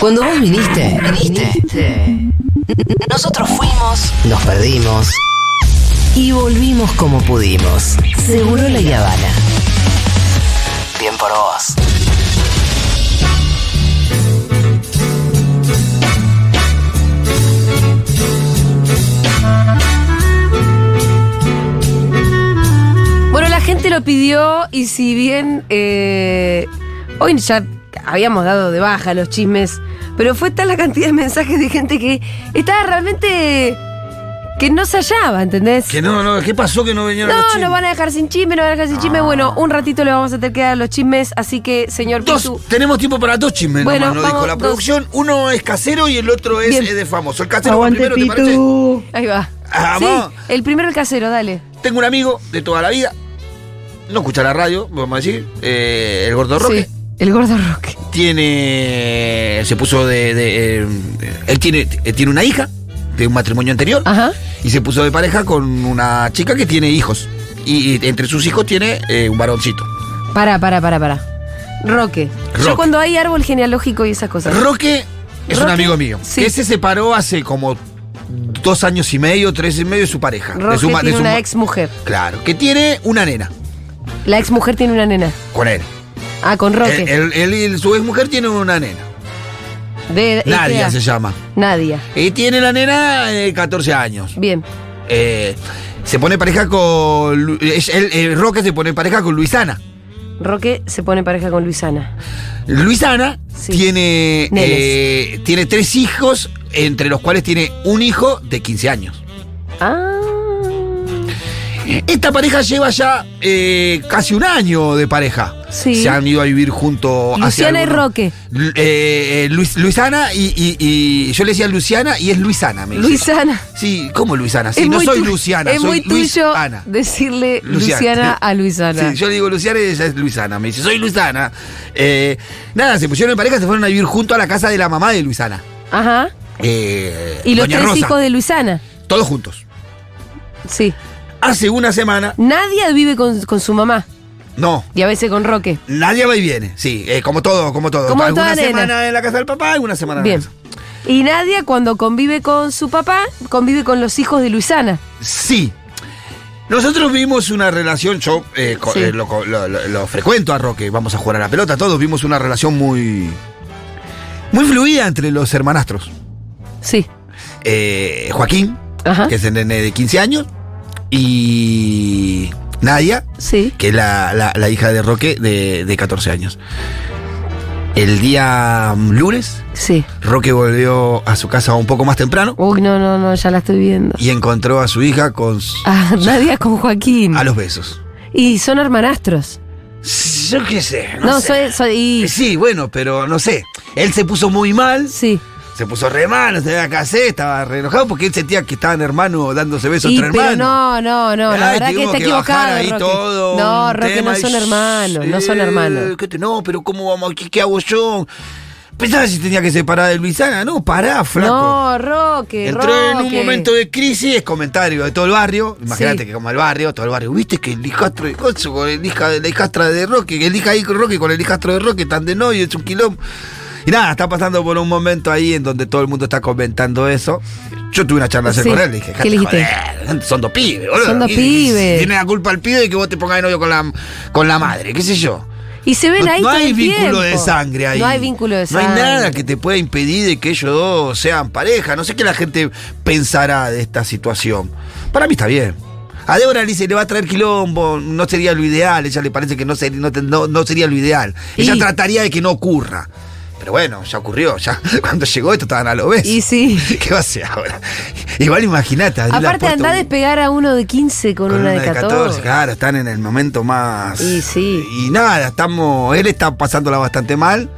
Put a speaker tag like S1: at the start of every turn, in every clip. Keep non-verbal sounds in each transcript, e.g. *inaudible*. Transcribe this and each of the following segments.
S1: Cuando vos viniste, viniste. Nosotros fuimos, nos perdimos y volvimos como pudimos. Seguro la Habana. Bien por vos.
S2: Bueno, la gente lo pidió y si bien eh, hoy ya habíamos dado de baja los chismes, pero fue tal la cantidad de mensajes de gente que estaba realmente que no se hallaba, ¿entendés?
S3: Que no, no, ¿qué pasó que no vinieron los
S2: No,
S3: chismes? Ah.
S2: nos van a dejar sin chisme, nos van a dejar sin chisme. Bueno, un ratito le vamos a tener que dar los chismes, así que, señor
S3: Dos,
S2: Pitu.
S3: tenemos tiempo para dos chismes
S2: Bueno,
S3: nomás, nos
S2: vamos,
S3: dijo la
S2: dos.
S3: producción. Uno es casero y el otro es,
S2: Bien.
S3: eh, de famoso. El casero va
S4: Aguante
S3: primero, ¿te parece?
S4: Pitu.
S2: Ahí va.
S3: Ah,
S2: sí,
S3: vamos.
S2: el primero el casero, dale.
S3: Tengo un amigo de toda la vida, no escucha la radio, vamos a decir, eh, el gordo Roque.
S2: Sí, el gordo Roque.
S3: Tiene. Se puso de. de, eh, él tiene, eh, tiene una hija de un matrimonio anterior
S2: Ajá.
S3: y se puso de pareja con una chica que tiene hijos. Y, y entre sus hijos tiene eh, un varoncito.
S2: Para, para, para, para. Roque. Yo
S3: Roque.
S2: cuando hay árbol genealógico y esas cosas.
S3: Roque es un
S2: Roque,
S3: amigo mío.
S2: sí.
S3: Que se separó hace como dos años y medio, tres y medio de su pareja.
S2: Roque
S3: de su, ma- de
S2: tiene
S3: su
S2: una
S3: ma-
S2: ex mujer.
S3: Claro, que tiene una nena
S2: La ex mujer tiene una nena.
S3: con él.
S2: Ah, con Roque.
S3: Él, él- él y su ex mujer tiene una nena.
S2: De- ¿de qué
S3: eh, Nadia
S2: edad?
S3: se llama.
S2: Nadia.
S3: Y tiene la nena eh, 14 años.
S2: Bien.
S3: Eh, se pone pareja con. Lu- es- él- eh, Roque se pone pareja con Luisana.
S2: Roque se pone en pareja con Luisana.
S3: Luisana
S2: Sí.
S3: tiene,
S2: Nenes.
S3: eh, tiene tres hijos, entre los cuales tiene un hijo de 15 años.
S2: Ah.
S3: Esta pareja lleva ya eh, casi un año de pareja.
S2: Sí.
S3: Se han ido a vivir juntos
S2: Luciana y Roque.
S3: L- eh, eh, Luis- Luisana y, y- y- yo le decía Luciana y es Luisana. Me dice.
S2: Luisana.
S3: Sí, ¿cómo Luisana? Sí,
S2: Es
S3: no
S2: muy
S3: soy
S2: tu-
S3: Luciana,
S2: Es
S3: soy
S2: muy tuyo
S3: Luisana.
S2: decirle Luciana,
S3: Luciana.
S2: a Luisana.
S3: Sí, yo le digo Luciana y ella es Luisana. Me dice, soy Luisana. Eh, nada, se pusieron en pareja, se fueron a vivir junto a la casa de la mamá de Luisana.
S2: Ajá.
S3: Eh,
S2: Y los
S3: Doña
S2: tres
S3: Rosa.
S2: hijos de Luisana.
S3: Todos juntos.
S2: Sí.
S3: Hace una semana,
S2: Nadia vive con, con su mamá
S3: no,
S2: y a veces con Roque.
S3: nadie va y viene. Sí, eh, como todo, como todo.
S2: Como
S3: alguna
S2: toda nena.
S3: semana en la casa del papá, alguna semana en la
S2: Bien.
S3: casa.
S2: Y Nadia cuando convive con su papá, convive con los hijos de Luisana.
S3: Sí. Nosotros vimos una relación, yo eh, co-
S2: Sí.
S3: eh, lo, co- lo- lo- lo frecuento a Roque, vamos a jugar a la pelota, todos vimos una relación muy. muy fluida entre los hermanastros.
S2: Sí.
S3: Eh, Joaquín,
S2: Ajá.
S3: que es el nene de 15 años, y Nadia,
S2: Sí.
S3: que es la, la- la hija de Roque de, de 14 años. El día mm, lunes,
S2: Sí.
S3: Roque volvió a su casa un poco más temprano
S2: Uy, no, no, no, ya la estoy viendo.
S3: y encontró a su hija con s-
S2: Ah, *laughs* Nadia con Joaquín.
S3: a los besos.
S2: Y son hermanastros.
S3: Yo qué sé. Eh,
S2: No, soy, soy- y-
S3: Sí, bueno, pero no sé. Él se puso muy mal,
S2: Sí.
S3: se puso re mal, no sabía qué hacer, estaba re enojado porque él sentía que estaban hermanos dándose besos
S2: Y,
S3: entre
S2: pero no,
S3: hermanos.
S2: no, no, la
S3: Ay,
S2: verdad que
S3: tuvimos
S2: está
S3: bajar
S2: equivocado.
S3: ahí
S2: Roque.
S3: todo
S2: no,
S3: un
S2: Roque, no
S3: tema y,
S2: son hermanos, no son
S3: eh,
S2: hermanos.
S3: ¿qué te- no, pero ¿cómo vamos? ¿Qué, qué hago yo? Pensaba si tenía que separar de Luisana. No, pará, flaco.
S2: No, Roque,
S3: Entró en un
S2: Roque.
S3: momento de crisis, es comentario de todo el barrio. Imagínate
S2: Sí.
S3: que como el barrio, todo el barrio. ¿Viste que el hijastro de Consu con el hija, la hijastra de Roque, que el hija ahí con Roque con el hijastro de Roque están de novio, es un quilombo? Y nada, está pasando por un momento ahí en donde todo el mundo está comentando eso. Yo tuve una charla ayer
S2: Sí.
S3: con él, le
S2: ¿Qué
S3: dije, "Dejate
S2: le dijiste?
S3: joder, son dos pibes, boludo.
S2: Son dos
S3: Y- y
S2: pibes.
S3: Tiene la culpa el pibe de que vos te pongas de novio con la, con la madre, qué sé yo.
S2: Y se ven
S3: No,
S2: ahí
S3: no
S2: todo
S3: hay
S2: el
S3: vínculo
S2: tiempo.
S3: de sangre ahí.
S2: No hay vínculo de
S3: No
S2: sangre.
S3: hay nada que te pueda impedir de que ellos dos sean pareja. No sé qué la gente pensará de esta situación. Para mí está bien. A Débora le dice, le va a traer quilombo, no sería lo ideal. Ella le parece que no, ser- no te- no- no sería lo ideal. Ella
S2: Y-
S3: trataría de que no ocurra. Pero bueno, ya ocurrió. Ya *laughs* cuando llegó esto estaban a lo besos.
S2: Y sí.
S3: ¿Qué va a hacer ahora? Igual imagínate. abrir la
S2: Aparte,
S3: puerta
S2: andá a
S3: un-
S2: despegar a uno de 15 con, una, de 14.
S3: Claro, están en el momento más.
S2: Y sí.
S3: Y nada, estamos. Él está pasándola bastante mal.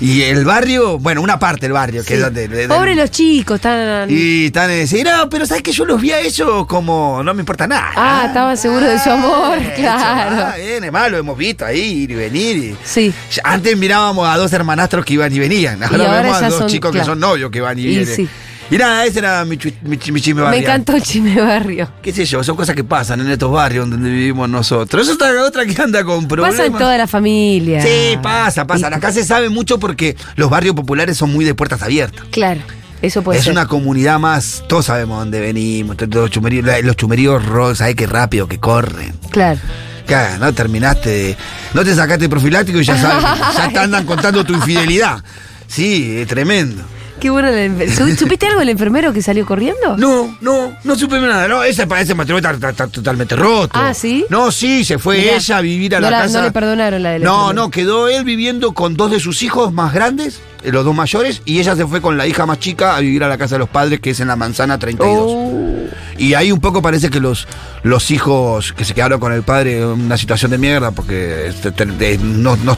S3: Y el barrio, bueno, una parte del barrio, que
S2: Sí.
S3: es donde. de-
S2: Pobre
S3: del-
S2: los chicos, están.
S3: Y están en decir, no, pero sabes que yo los vi a ellos como no me importa nada.
S2: Ah, estaban seguros de su amor,
S3: eso,
S2: claro.
S3: ah, bien, es más, lo hemos visto ahí ir y venir. y-
S2: Sí.
S3: Ya- Antes mirábamos a dos hermanastros que iban y venían. Ahora,
S2: ahora
S3: vemos a
S2: ya
S3: dos
S2: son-
S3: chicos
S2: claro.
S3: que son novios que van y,
S2: Y
S3: vienen.
S2: sí.
S3: Y nada, ese era mi, chu- mi chi- mi chisme
S2: Me
S3: barrial.
S2: encantó el chisme barrio.
S3: ¿Qué sé yo? Son cosas que pasan en estos barrios donde vivimos nosotros. Eso está la otra que anda con problemas.
S2: Pasa en toda la familia.
S3: Sí, pasa, pasa. Acá se sabe mucho porque los barrios populares son muy de puertas abiertas.
S2: Claro, eso puede
S3: es
S2: ser.
S3: una comunidad más, todos sabemos dónde venimos, todos los chumeríos, la- los chumeríos, ro- sabés qué rápido que corren.
S2: Claro.
S3: Claro, no terminaste, de- no te sacaste profiláctico y ya sabes, ya te andan contando tu infidelidad. Sí, es tremendo.
S2: Qué bueno. la enfer- ¿Sup-
S3: *laughs*
S2: ¿Supiste algo del enfermero que salió corriendo?
S3: No, no, no supe nada. No, ese, ese matrimonio está, está- está totalmente roto.
S2: Ah, ¿sí?
S3: No, sí, se fue
S2: Mirá,
S3: ella a vivir a
S2: no
S3: la,
S2: la-
S3: casa.
S2: no le perdonaron la del
S3: No,
S2: otro.
S3: no, quedó él viviendo con dos de sus hijos más grandes, eh, los dos mayores, y ella se fue con la hija más chica a vivir a la casa de los padres, que es en la manzana 32.
S2: Oh.
S3: Y ahí un poco parece que los, los hijos que se quedaron con el padre, una situación de mierda, porque este, te- te- no, no-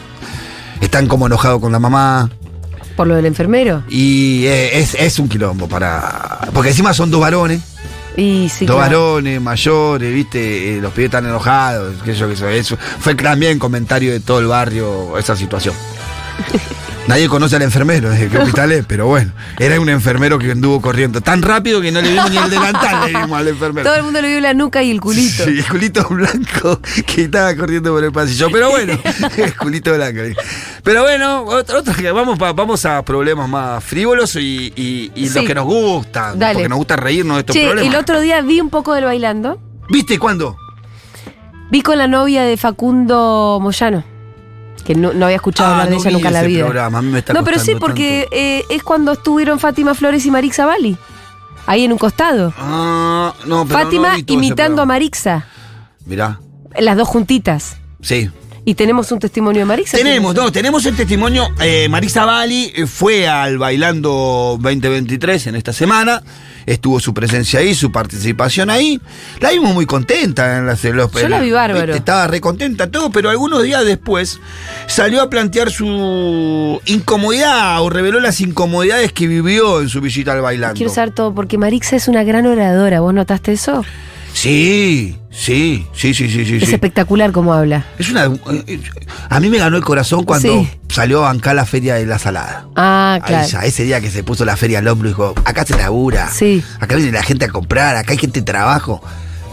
S3: están como enojados con la mamá.
S2: Por lo del enfermero.
S3: Y eh, es, es un quilombo para. Porque encima son dos varones.
S2: Y sí,
S3: dos
S2: claro.
S3: varones mayores, viste, eh, los pibes están enojados, qué sé yo, qué sé yo. Eso fue también comentario de todo el barrio esa
S2: *laughs*
S3: situación. Nadie conoce al enfermero de Capitales, pero bueno, era un enfermero que anduvo corriendo tan rápido que no le vimos ni el delantal, le vimos al enfermero.
S2: Todo el mundo le vio la nuca y el culito.
S3: Sí, el culito blanco que estaba corriendo por el pasillo.
S2: *laughs*
S3: Pero bueno, el culito blanco. Pero bueno, otra, otra que vamos, pa- vamos a problemas más frívolos y, y- y
S2: Sí.
S3: los que nos gustan.
S2: Dale.
S3: Porque nos gusta reírnos de estos
S2: Che,
S3: problemas.
S2: el otro día vi un poco del bailando.
S3: ¿Viste cuándo?
S2: Vi con la novia de Facundo Moyano. Que no, no había escuchado hablar de
S3: Ah, no
S2: ella
S3: vi
S2: nunca en la
S3: ese
S2: vida.
S3: programa, a mí me está
S2: No, pero sí,
S3: costando
S2: porque
S3: tanto.
S2: eh, es cuando estuvieron Fátima Flores y Marixa Bali. Ahí en un costado.
S3: Ah, no, pero
S2: Fátima
S3: no vi todo ese
S2: imitando a
S3: programa.
S2: Marixa.
S3: Mirá,
S2: Las dos juntitas.
S3: sí.
S2: Y tenemos un testimonio de Marixa.
S3: Tenemos, no, tenemos el testimonio. eh, Marisa Bali eh, fue al Bailando 2023 en esta semana. Estuvo su presencia ahí, su participación ahí. La vimos muy contenta en las en los-
S2: Yo la vi bárbaro.
S3: Viste, Estaba recontenta todo, pero algunos días después salió a plantear su incomodidad o reveló las incomodidades que vivió en su visita al bailando.
S2: Quiero saber todo, porque Marixa es una gran oradora. ¿Vos notaste eso?
S3: Sí, sí, sí, sí, sí, sí.
S2: es
S3: sí.
S2: espectacular cómo habla.
S3: Es una. A mí me ganó el corazón cuando
S2: Sí.
S3: salió a bancar la feria de la salada.
S2: Ah,
S3: Ahí
S2: claro.
S3: ya, ese día que se puso la feria al hombro, dijo: Acá se labura.
S2: Sí.
S3: Acá viene la gente a comprar, acá hay gente de trabajo.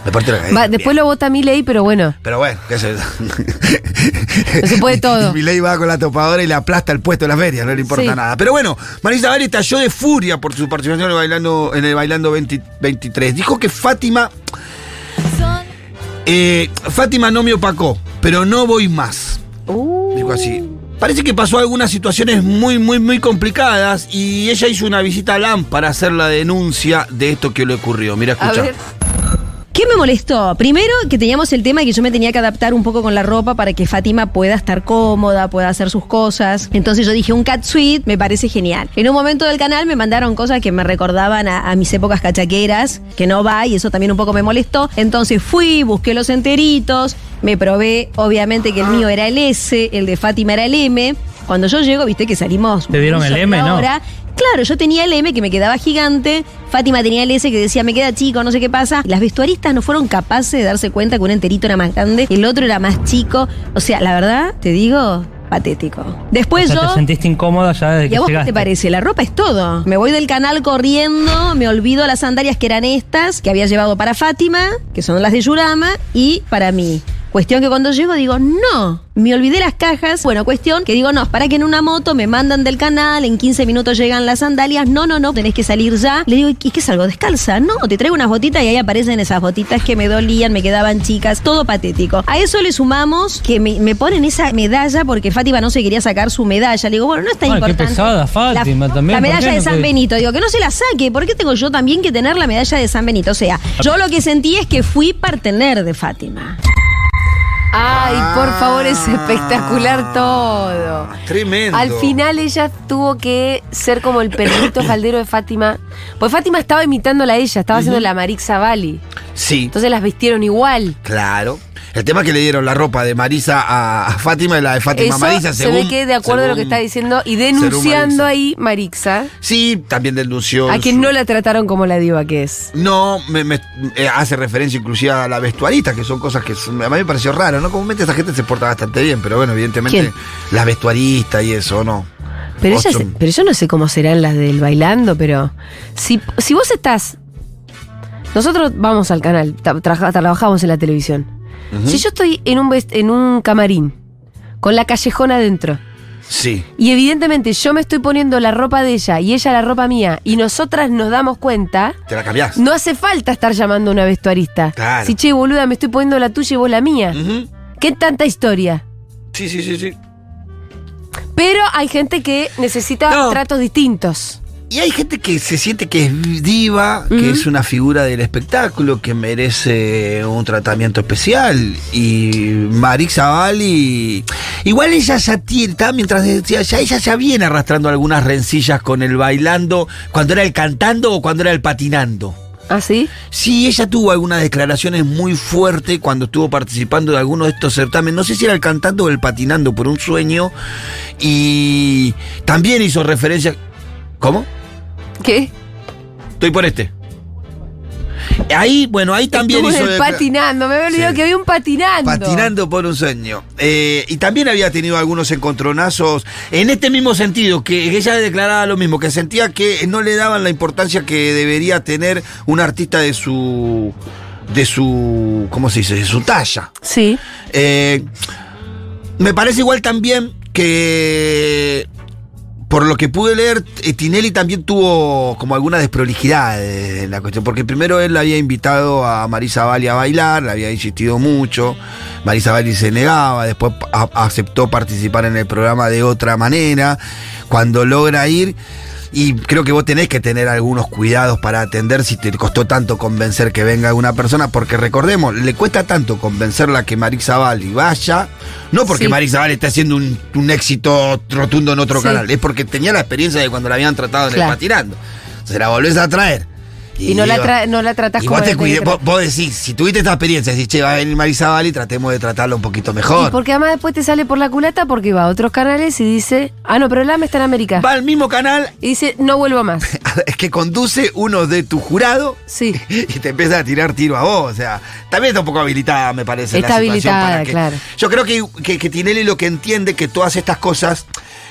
S3: Me partió la cabeza.
S2: Va, después lo vota Milei, pero bueno.
S3: Pero bueno, qué sé yo.
S2: *laughs* No se puede todo.
S3: *laughs* Milei va con la topadora y le aplasta el puesto de la feria, no le importa
S2: Sí.
S3: nada. Pero bueno, Marisa Valle estalló de furia por su participación en el Bailando, en el bailando 20 23. Dijo que Fátima. eh, Fátima no me opacó, pero no voy más.
S2: Uh,
S3: Dijo así. Parece que pasó algunas situaciones muy, muy, muy complicadas y ella hizo una visita a LAM para hacer la denuncia de esto que le ocurrió. Mira,
S2: a
S3: escucha.
S2: ver.
S4: ¿Qué me molestó? Primero que teníamos el tema de que yo me tenía que adaptar un poco con la ropa para que Fátima pueda estar cómoda, pueda hacer sus cosas. Entonces yo dije, un cat suite me parece genial. En un momento del canal me mandaron cosas que me recordaban a, a mis épocas cachaqueras, que no va y eso también un poco me molestó. Entonces fui, busqué los enteritos, me probé, obviamente que el mío era el S, el de Fátima era el M. Cuando yo llego, viste que salimos...
S5: ¿Te dieron el M, no?
S4: ahora, Claro, yo tenía el M que me quedaba gigante, Fátima tenía el S que decía me queda chico, no sé qué pasa. Las vestuaristas no fueron capaces de darse cuenta que un enterito era más grande, el otro era más chico. O sea, la verdad, te digo, patético. Después
S5: O sea, te
S4: Pues yo...
S5: sentiste incómoda ya desde
S4: ¿Y
S5: que
S4: a vos qué
S5: llegaste.
S4: te parece? La ropa es todo. Me voy del canal corriendo, me olvido las sandalias que eran estas, que había llevado para Fátima, que son las de Yurama, y para mí. Cuestión que cuando llego digo, no, me olvidé las cajas. Bueno, cuestión que digo, no, para que en una moto me mandan del canal, en 15 minutos llegan las sandalias, no, no, no, tenés que salir ya. Le digo, ¿y qué salgo descalza? No, te traigo unas botitas y ahí aparecen esas botitas que me dolían, me quedaban chicas, todo patético. A eso le sumamos que me, me ponen esa medalla porque Fátima no se quería sacar su medalla. Le digo, bueno, no está
S5: Ay, qué
S4: importante.
S5: pesada, Fátima,
S4: la,
S5: también,
S4: La
S5: ¿por qué
S4: medalla de
S5: no
S4: San
S5: te-
S4: Benito. Digo, que no se la saque. ¿Por qué tengo yo también que tener la medalla de San Benito? O sea, yo lo que sentí es que fui partener de Fátima.
S2: Ay, por favor, es
S3: Ah.
S2: espectacular todo.
S3: Tremendo.
S2: Al final ella tuvo que ser como el
S3: *coughs*
S2: perrito faldero de Fátima. Pues Fátima estaba imitándola a ella, estaba haciendo la Marixa Bali.
S3: Sí,
S2: Entonces las vistieron igual.
S3: claro. El tema es que le dieron la ropa de Marisa a, a Fátima y la de Fátima a
S2: Eso
S3: Marisa,
S2: se
S3: según.
S2: ve que de acuerdo a lo que
S3: según-
S2: está diciendo y
S3: según
S2: denunciando
S3: Marixa.
S2: ahí Marixa,
S3: Sí, también denunció.
S2: a quien
S3: su-
S2: no la trataron como la diva que es.
S3: No, me, me- eh, hace referencia inclusive a la vestuarista, que son cosas que son- a mí me pareció raro, ¿no? Comúnmente esa gente se porta bastante bien, pero bueno, evidentemente
S2: ¿Quién?
S3: la vestuarista y eso, ¿no?
S2: Pero, ellas-
S3: Awesome.
S2: pero yo no sé cómo serán las del bailando, pero si, si vos estás. Nosotros vamos al canal, ta- traja- trabajamos en la televisión. Si yo estoy en un, vest- en un camarín, con la callejona adentro,
S3: Sí.
S2: y evidentemente yo me estoy poniendo la ropa de ella y ella la ropa mía, y nosotras nos damos cuenta,
S3: Te la cambiás.
S2: no hace falta estar llamando a una vestuarista.
S3: Claro.
S2: Si che, boluda, me estoy poniendo la tuya y vos la mía.
S3: Ujú.
S2: ¿Qué tanta historia?
S3: Sí, sí, sí, sí.
S2: Pero hay gente que necesita
S3: No.
S2: tratos distintos.
S3: Y hay gente que se siente que es diva, que
S2: Ujú.
S3: es una figura del espectáculo, que merece eh, un tratamiento especial. Y Marix Zavalli. Igual ella ya tiene, estaba mientras decía, ya ella ya viene arrastrando algunas rencillas con el bailando, cuando era el cantando o cuando era el patinando.
S2: ¿Ah, sí?
S3: Sí, ella tuvo algunas declaraciones muy fuertes cuando estuvo participando de algunos de estos certámenes. No sé si era el cantando o el patinando por un sueño. Y también hizo referencia. ¿Cómo?
S2: ¿Qué?
S3: Estoy por este. Ahí, bueno, ahí también
S2: Estuvo
S3: hizo.
S2: en el
S3: decla-
S2: patinando, me había olvidado
S3: Sí.
S2: que había un patinando.
S3: Patinando por un sueño. Eh, y también había tenido algunos encontronazos en este mismo sentido, que ella declaraba lo mismo, que sentía que no le daban la importancia que debería tener un artista de su. de su. ¿cómo se dice? de su talla.
S2: Sí.
S3: Eh, me parece igual también que. Por lo que pude leer, eh, Tinelli también tuvo como alguna desprolijidad en la cuestión, porque primero él había invitado a Marisa Valli a bailar, le había insistido mucho, Marisa Valli se negaba, después a- aceptó participar en el programa de otra manera, cuando logra ir, y creo que vos tenés que tener algunos cuidados para atender si te costó tanto convencer que venga una persona, porque recordemos, le cuesta tanto convencerla que Marisa Valli vaya, no porque
S2: Sí.
S3: Marisa Valli está haciendo un, un éxito rotundo en otro otro
S2: Sí.
S3: canal. Es porque tenía la experiencia de cuando la habían tratado en
S2: Claro.
S3: el patinando. Se la volvés a traer.
S2: Y, no, la
S3: digo,
S2: tra- no la tratás
S3: y
S2: como
S3: vos, te
S2: la tenés
S3: cuidé,
S2: que
S3: vos,
S2: tratar.
S3: vos decís, si tuviste esta experiencia, decís, che, va a venir Marisa Bali, tratemos de tratarlo un poquito
S2: Y
S3: mejor.
S2: porque además después te sale por la culata porque va a otros canales y dice, ah, no, pero el AME está en América.
S3: Va al mismo canal *laughs*
S2: Y dice, no vuelvo más.
S3: es que conduce uno de tu jurado
S2: Sí.
S3: y te empieza a tirar tiro a vos. O sea, también está un poco habilitada, me parece.
S2: Está
S3: la situación
S2: habilitada,
S3: para que-
S2: claro.
S3: Yo creo que, que, que Tinelli lo que entiende que todas estas cosas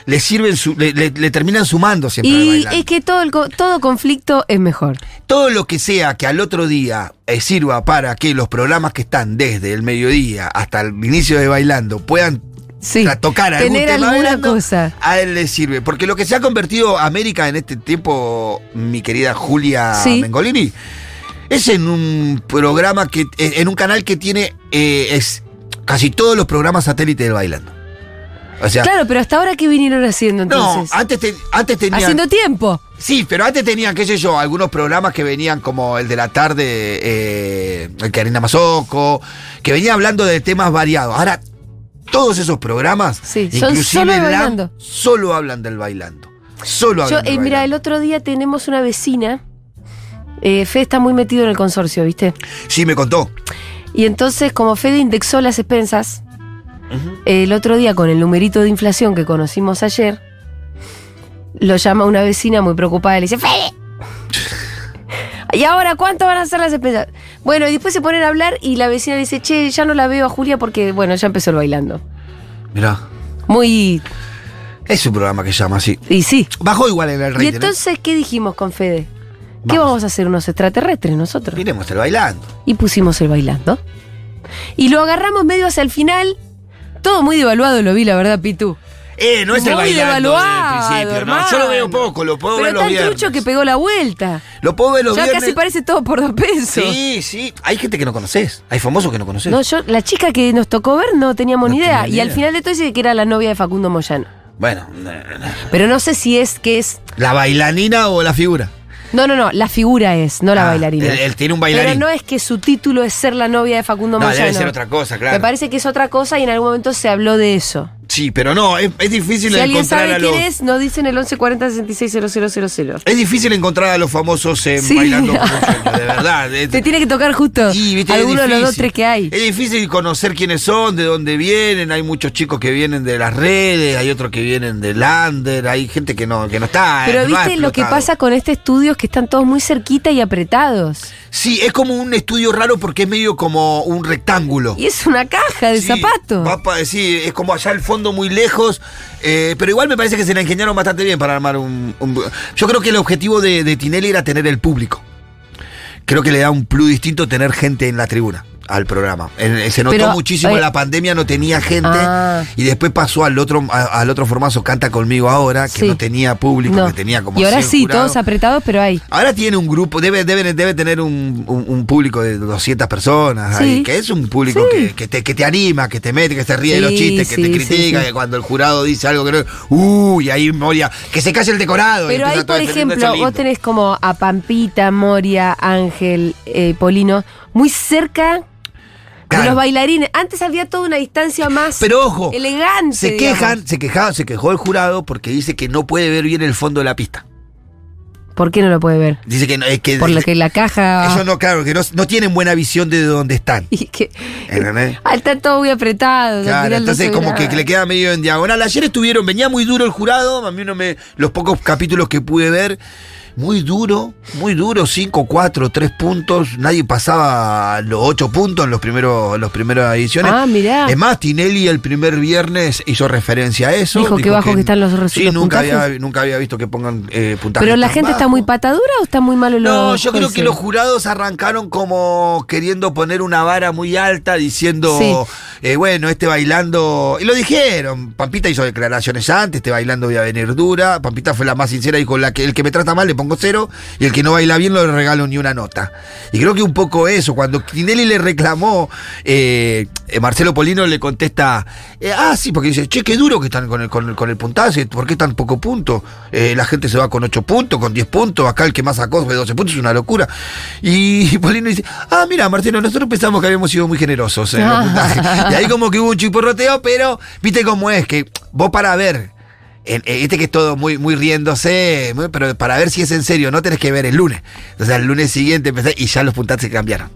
S3: le sirven, su- le, le- le terminan sumando siempre. al
S2: Y
S3: bailante.
S2: es que todo, el co- todo conflicto es mejor.
S3: todo lo que sea que al otro día eh, sirva para que los programas que están desde el mediodía hasta el inicio de bailando puedan
S2: Sí.
S3: tra- tocar algún
S2: Tener
S3: tema
S2: alguna
S3: bailando,
S2: cosa.
S3: a él le sirve. Porque lo que se ha convertido América en este tiempo, mi querida Julia
S2: Sí.
S3: Mengolini, es en un programa que, eh, en un canal que tiene eh, es casi todos los programas satélite del bailando. O sea,
S2: Claro, pero hasta ahora, ¿qué vinieron haciendo
S3: no,
S2: entonces?
S3: antes, te- antes tenían-
S2: Haciendo tiempo.
S3: Sí, pero antes tenían, qué sé yo, algunos programas que venían como el de la tarde, eh, el Karina Mazoco, que venía hablando de temas variados. Ahora, todos esos programas,
S2: Sí, son solo de
S3: la-
S2: bailando.
S3: solo hablan del bailando. Solo
S2: Yo,
S3: hablan del
S2: eh, mira, el
S3: bailando.
S2: otro día tenemos una vecina. Eh, Fede está muy metido en el consorcio, ¿viste?
S3: Sí, me contó.
S2: Y entonces, como Fede indexó las expensas, el otro día con el numerito de inflación que conocimos ayer, lo llama una vecina muy preocupada y le dice, ¡Fede! *laughs* ¿Y ahora cuánto van a ser las expensas? Bueno, y después se ponen a hablar y la vecina le dice, che, ya no la veo a Julia porque, bueno, ya empezó el bailando.
S3: Mirá,
S2: Muy...
S3: es un programa que llama así.
S2: Y sí.
S3: Bajó igual en el
S2: Y
S3: rating. ¿eh?
S2: entonces, ¿qué dijimos con Fede? ¿Qué
S3: Vamos.
S2: vamos a hacer unos extraterrestres nosotros?
S3: Miremos el bailando.
S2: y pusimos el bailando. Y lo agarramos medio hacia el final. Todo muy devaluado lo vi, la verdad, Pitu.
S3: Eh, no es el
S2: Muy
S3: bailando
S2: devaluado,
S3: del principio, ¿no? Yo lo veo poco, lo puedo
S2: Pero
S3: ver los
S2: tan
S3: viernes.
S2: trucho que pegó la vuelta.
S3: Lo puedo ver los
S2: ya
S3: viernes.
S2: casi parece todo por dos pesos.
S3: Sí, sí. Hay gente que no conoces. Hay famosos que no conoces.
S2: No, yo, la chica que nos tocó ver no teníamos
S3: No
S2: ni idea.
S3: tenía ni
S2: Y al
S3: idea.
S2: final de todo dice que era la novia de Facundo Moyano.
S3: Bueno, na- na-
S2: Pero no sé si es que es.
S3: ¿La bailanina o la figura?
S2: No, no, no, la figura es, no la
S3: Ah,
S2: bailarina.
S3: él- él tiene un bailarín.
S2: Pero no es que su título es ser la novia de Facundo
S3: No,
S2: Moyano.
S3: debe ser otra cosa, claro.
S2: Me parece que es otra cosa y en algún momento se habló de eso.
S3: Sí, pero no, es, es difícil
S2: Si alguien
S3: encontrar
S2: sabe
S3: a los.
S2: quién es, nos dicen el 1140 660000.
S3: Es difícil encontrar a los famosos en
S2: Sí. *laughs*
S3: bailando por un sueño, de verdad. Es-
S2: Te tiene que tocar justo
S3: y, viste, es
S2: alguno de los
S3: difícil.
S2: dos tres que hay.
S3: Es difícil conocer quiénes son, de dónde vienen. Hay muchos chicos que vienen de las redes, hay otros que vienen de Lander, hay gente que no, que no está.
S2: Pero
S3: no ha
S2: viste lo que
S3: explotado.
S2: pasa con este estudio es que están todos muy cerquita y apretados.
S3: Sí, es como un estudio raro porque es medio como un rectángulo.
S2: Y es una caja de
S3: Sí,
S2: zapatos.
S3: va pa- sí, es como allá al fondo fondo, muy lejos. eh, pero igual me parece que se la ingeniaron bastante bien para armar un. un- yo creo que el objetivo de, de Tinelli era tener el público. Creo que le da un plus distinto tener gente en la tribuna al programa. Eh, se notó
S2: Pero,
S3: muchísimo
S2: eh,
S3: en la pandemia, no tenía gente.
S2: Ah.
S3: Y después pasó al otro, a- al otro formato Canta conmigo ahora, que
S2: Sí.
S3: no tenía público,
S2: No.
S3: que tenía como.
S2: y ahora
S3: 100
S2: sí,
S3: jurados.
S2: todos apretados, pero hay.
S3: Ahora tiene un grupo, debe, debe, debe tener un, un- un público de 200 personas
S2: Sí.
S3: ahí, que es un público que, que te, que te anima, que te mete, que se ríe de los
S2: Sí,
S3: chistes, que te
S2: sí,
S3: critica,
S2: sí, sí.
S3: que cuando el jurado dice algo que no. ¡Uy! Ahí Moria, que se calle el decorado. y
S2: Pero
S3: empieza
S2: ahí,
S3: todo
S2: por
S3: a defender,
S2: ejemplo,
S3: eso es
S2: vos
S3: lindo.
S2: tenés como a Pampita, Moria, Ángel, eh, Polino, muy cerca de
S3: Claro.
S2: los bailarines. Antes había toda una distancia más
S3: Pero ojo,
S2: elegante.
S3: se
S2: digamos.
S3: quejan, se quejaba, se quejó el jurado porque dice que no puede ver bien el fondo de la pista.
S2: ¿Por qué no lo puede ver?
S3: Dice que no, es que,
S2: Por lo que la
S3: *laughs*
S2: caja.
S3: ellos no, claro, que no, no tienen buena visión de dónde están.
S2: *laughs* Y que.
S3: ¿entendés?
S2: Ah, está todo muy apretado. al
S3: Eh. Claro,
S2: final no
S3: entonces
S2: se ve
S3: como que
S2: nada.
S3: le queda medio en diagonal. Ayer estuvieron, venía muy duro el jurado, a mí no me. Los pocos capítulos que pude ver, muy duro, muy duro, 5, 4, 3 puntos. Nadie pasaba los 8 puntos en los primeros, los primeras ediciones.
S2: Ah, mirá.
S3: Es más, Tinelli el primer viernes hizo referencia a eso.
S2: Dijo que bajo que están los res-
S3: Sí,
S2: los
S3: nunca
S2: puntajes.
S3: había, nunca había visto que pongan eh, puntajes.
S2: Pero la
S3: tan
S2: gente está
S3: bajos.
S2: muy patadura o está muy malo los.
S3: No, yo creo que
S2: jueces?
S3: los jurados arrancaron como queriendo poner una vara muy alta, diciendo, eh, bueno, este bailando. Y lo dijeron. Pampita hizo declaraciones antes, este bailando voy a venir dura. Pampita fue la más sincera y con la que el que me trata mal le pongo cero y el que no baila bien no le regalo ni una nota. Y creo que un poco eso. Cuando Tinelli le reclamó, eh, eh, Marcelo Polino le contesta, eh, ah, sí, porque dice, che, qué duro que están con el, con el, con el puntaje, ¿por qué tan poco punto? Eh, la gente se va con 8 puntos, con 10 puntos, acá el que más sacó fue 12 puntos, es una locura. Y *laughs* Polino dice, ah, mira, Marcelo, nosotros pensamos que habíamos sido muy generosos en
S2: *laughs*
S3: los puntajes. Y ahí como que hubo un chiporroteo, pero viste cómo es, que vos para ver. en- en este que es todo muy, muy riéndose, muy- pero para ver si es en serio, no tenés que ver el lunes. Entonces, el lunes siguiente empezás y ya los puntajes se cambiaron.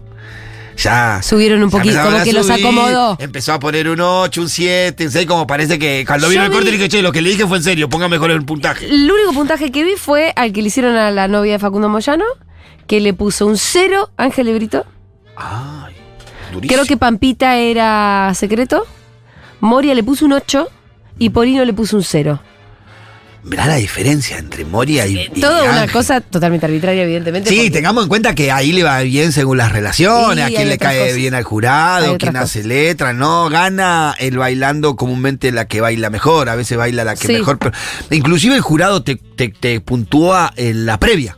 S3: Ya.
S2: Subieron un
S3: Ya
S2: poquito,
S3: empezaron
S2: como
S3: a
S2: que los
S3: subir,
S2: acomodó.
S3: Empezó a poner un 8, un 7, un 6, como parece que cuando
S2: Yo
S3: vino el corte
S2: vi-
S3: dije, che, lo que le dije fue en serio, ponga mejor el puntaje.
S2: El único puntaje que vi fue al que le hicieron a la novia de Facundo Moyano, que le puso un cero Ángel de Brito.
S3: Ay, durísimo.
S2: Creo que Pampita era secreto. Moria le puso un 8 y Polino le puso un 0.
S3: Mirá la diferencia entre Moria y. y
S2: Todo una
S3: Ángel.
S2: cosa totalmente arbitraria, evidentemente.
S3: Sí,
S2: porque-
S3: tengamos en cuenta que ahí le va bien según las
S2: Sí,
S3: relaciones, a
S2: hay
S3: quién le
S2: otras
S3: cae
S2: cosas.
S3: bien al
S2: Hay
S3: jurado,
S2: otras
S3: quién
S2: cosas.
S3: hace letra, no, gana el bailando comúnmente la que baila mejor, a veces baila la que
S2: Sí.
S3: mejor, pero inclusive el jurado te, te- te puntúa en la previa.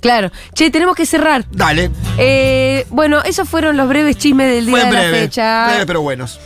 S2: Claro. Che, tenemos que cerrar.
S3: Dale,
S2: Eh, bueno, esos fueron los breves chismes del día
S3: fue
S2: de
S3: breve,
S2: la fecha.
S3: breve pero buenos.